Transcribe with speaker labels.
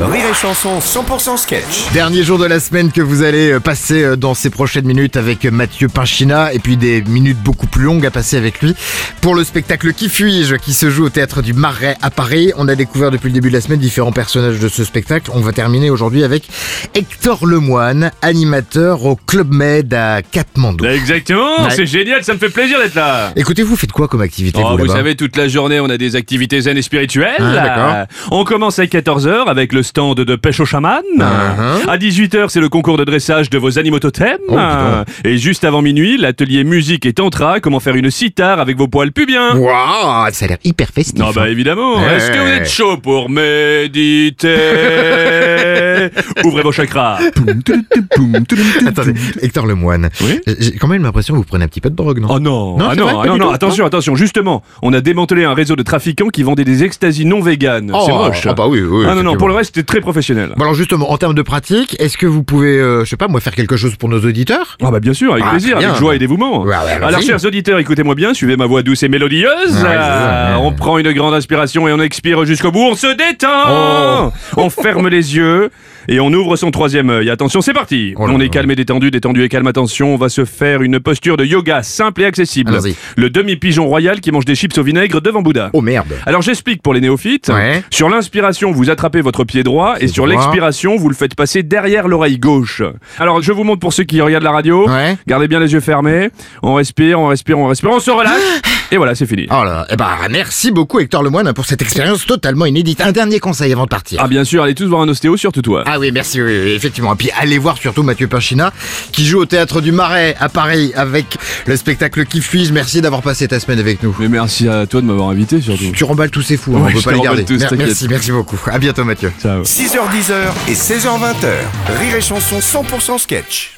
Speaker 1: Rire et Chanson 100% sketch.
Speaker 2: Dernier jour de la semaine que vous allez euh, passer dans ces prochaines minutes avec euh, Mathieu Pinchina et puis des minutes beaucoup plus longues à passer avec lui. Pour le spectacle Qui fuis-je qui se joue au théâtre du Marais à Paris, on a découvert depuis le début de la semaine différents personnages de ce spectacle. On va terminer aujourd'hui avec Hector Lemoine, animateur au Club Med à Katmandou.
Speaker 3: Bah, Exactement,
Speaker 2: Ouais.
Speaker 3: c'est génial, ça me fait plaisir d'être là.
Speaker 2: Écoutez, vous faites quoi comme activité
Speaker 3: Oh,
Speaker 2: vous,
Speaker 3: vous
Speaker 2: là-bas
Speaker 3: savez, toute la journée, on a des activités zen et spirituelles.
Speaker 2: Ah, d'accord.
Speaker 3: Euh, on commence à 14h avec le stand de pêche au chaman.
Speaker 2: Uh-huh.
Speaker 3: À 18h, c'est le concours de dressage de vos animaux totems.
Speaker 2: dis donc.
Speaker 3: et juste avant minuit, l'atelier musique et tantra, comment faire une sitar avec vos poils pubiens.
Speaker 2: Waouh, ça a l'air hyper festif.
Speaker 3: hein Non, bah
Speaker 2: hein.
Speaker 3: évidemment.
Speaker 2: Oh, Ouais.
Speaker 3: Est-ce que vous êtes chaud pour méditer Ouvrez vos chakras.
Speaker 2: Attendez, hein. Hector Lemoine,
Speaker 3: Oui
Speaker 2: j'ai quand même l'impression que vous prenez un petit peu de drogue, non
Speaker 3: Oh non,
Speaker 2: Non,
Speaker 3: ah
Speaker 2: c'est
Speaker 3: non,
Speaker 2: vrai,
Speaker 3: ah
Speaker 2: pas
Speaker 3: non,
Speaker 2: du
Speaker 3: non,
Speaker 2: tout,
Speaker 3: attention, attention, justement, on a démantelé un réseau de trafiquants qui vendaient des extasies non véganes.
Speaker 2: Oh,
Speaker 3: c'est moche.
Speaker 2: ah bah oui, oui,
Speaker 3: Ah non, non,
Speaker 2: effectivement.
Speaker 3: pour le reste, c'était très professionnel.
Speaker 2: Bon alors justement, en termes de pratique, est-ce que vous pouvez, euh, je sais pas moi, faire quelque chose pour nos auditeurs
Speaker 3: Ah bah bien sûr, avec
Speaker 2: Ah,
Speaker 3: plaisir,
Speaker 2: très bien.
Speaker 3: avec joie et dévouement.
Speaker 2: Ouais, ouais, alors
Speaker 3: Alors
Speaker 2: oui.
Speaker 3: chers auditeurs, écoutez-moi bien, suivez ma voix douce et mélodieuse.
Speaker 2: Ouais, c'est
Speaker 3: Ah,
Speaker 2: ça, ouais.
Speaker 3: on prend une grande inspiration et on expire jusqu'au bout, on se
Speaker 2: Oh.
Speaker 3: détend On ferme les yeux et on ouvre son troisième œil. Attention, c'est parti
Speaker 2: Oh là
Speaker 3: On
Speaker 2: là.
Speaker 3: est calme et détendu, détendu et calme, attention, on va se faire une posture de yoga simple et accessible.
Speaker 2: Allons-y.
Speaker 3: Le demi-pigeon royal qui mange des chips au vinaigre devant Bouddha.
Speaker 2: Oh merde
Speaker 3: Alors j'explique pour les néophytes.
Speaker 2: Ouais.
Speaker 3: Sur l'inspiration, vous attrapez votre pied droit et sur
Speaker 2: droit.
Speaker 3: l'expiration, vous le faites passer derrière l'oreille gauche. Alors je vous montre pour ceux qui regardent la radio.
Speaker 2: Ouais.
Speaker 3: Gardez bien les yeux fermés. On respire, on respire, on respire, on se relâche. et voilà, c'est fini.
Speaker 2: Oh là, eh ben merci beaucoup Hector Lemoine pour cette expérience totalement inédite. Un dernier conseil avant de partir.
Speaker 3: Ah bien sûr, allez tous voir un ostéo, surtout toi.
Speaker 2: Ah oui, merci, oui, oui, effectivement. Et puis allez voir surtout Mathieu Pinchina qui joue au Théâtre du Marais à Paris avec le spectacle Qui fuis Merci d'avoir passé ta semaine avec nous.
Speaker 3: Mais merci à toi de m'avoir invité surtout.
Speaker 2: Tu remballes tous ces fous, hein,
Speaker 3: Ouais,
Speaker 2: on peut
Speaker 3: je
Speaker 2: pas
Speaker 3: te
Speaker 2: les
Speaker 3: remballe
Speaker 2: garder.
Speaker 3: tous,
Speaker 2: Mer-
Speaker 3: t'inquiète.
Speaker 2: merci, merci beaucoup. À bientôt Mathieu.
Speaker 3: Ciao.
Speaker 1: 6h10 et 16h20. Rire et Chanson 100% sketch.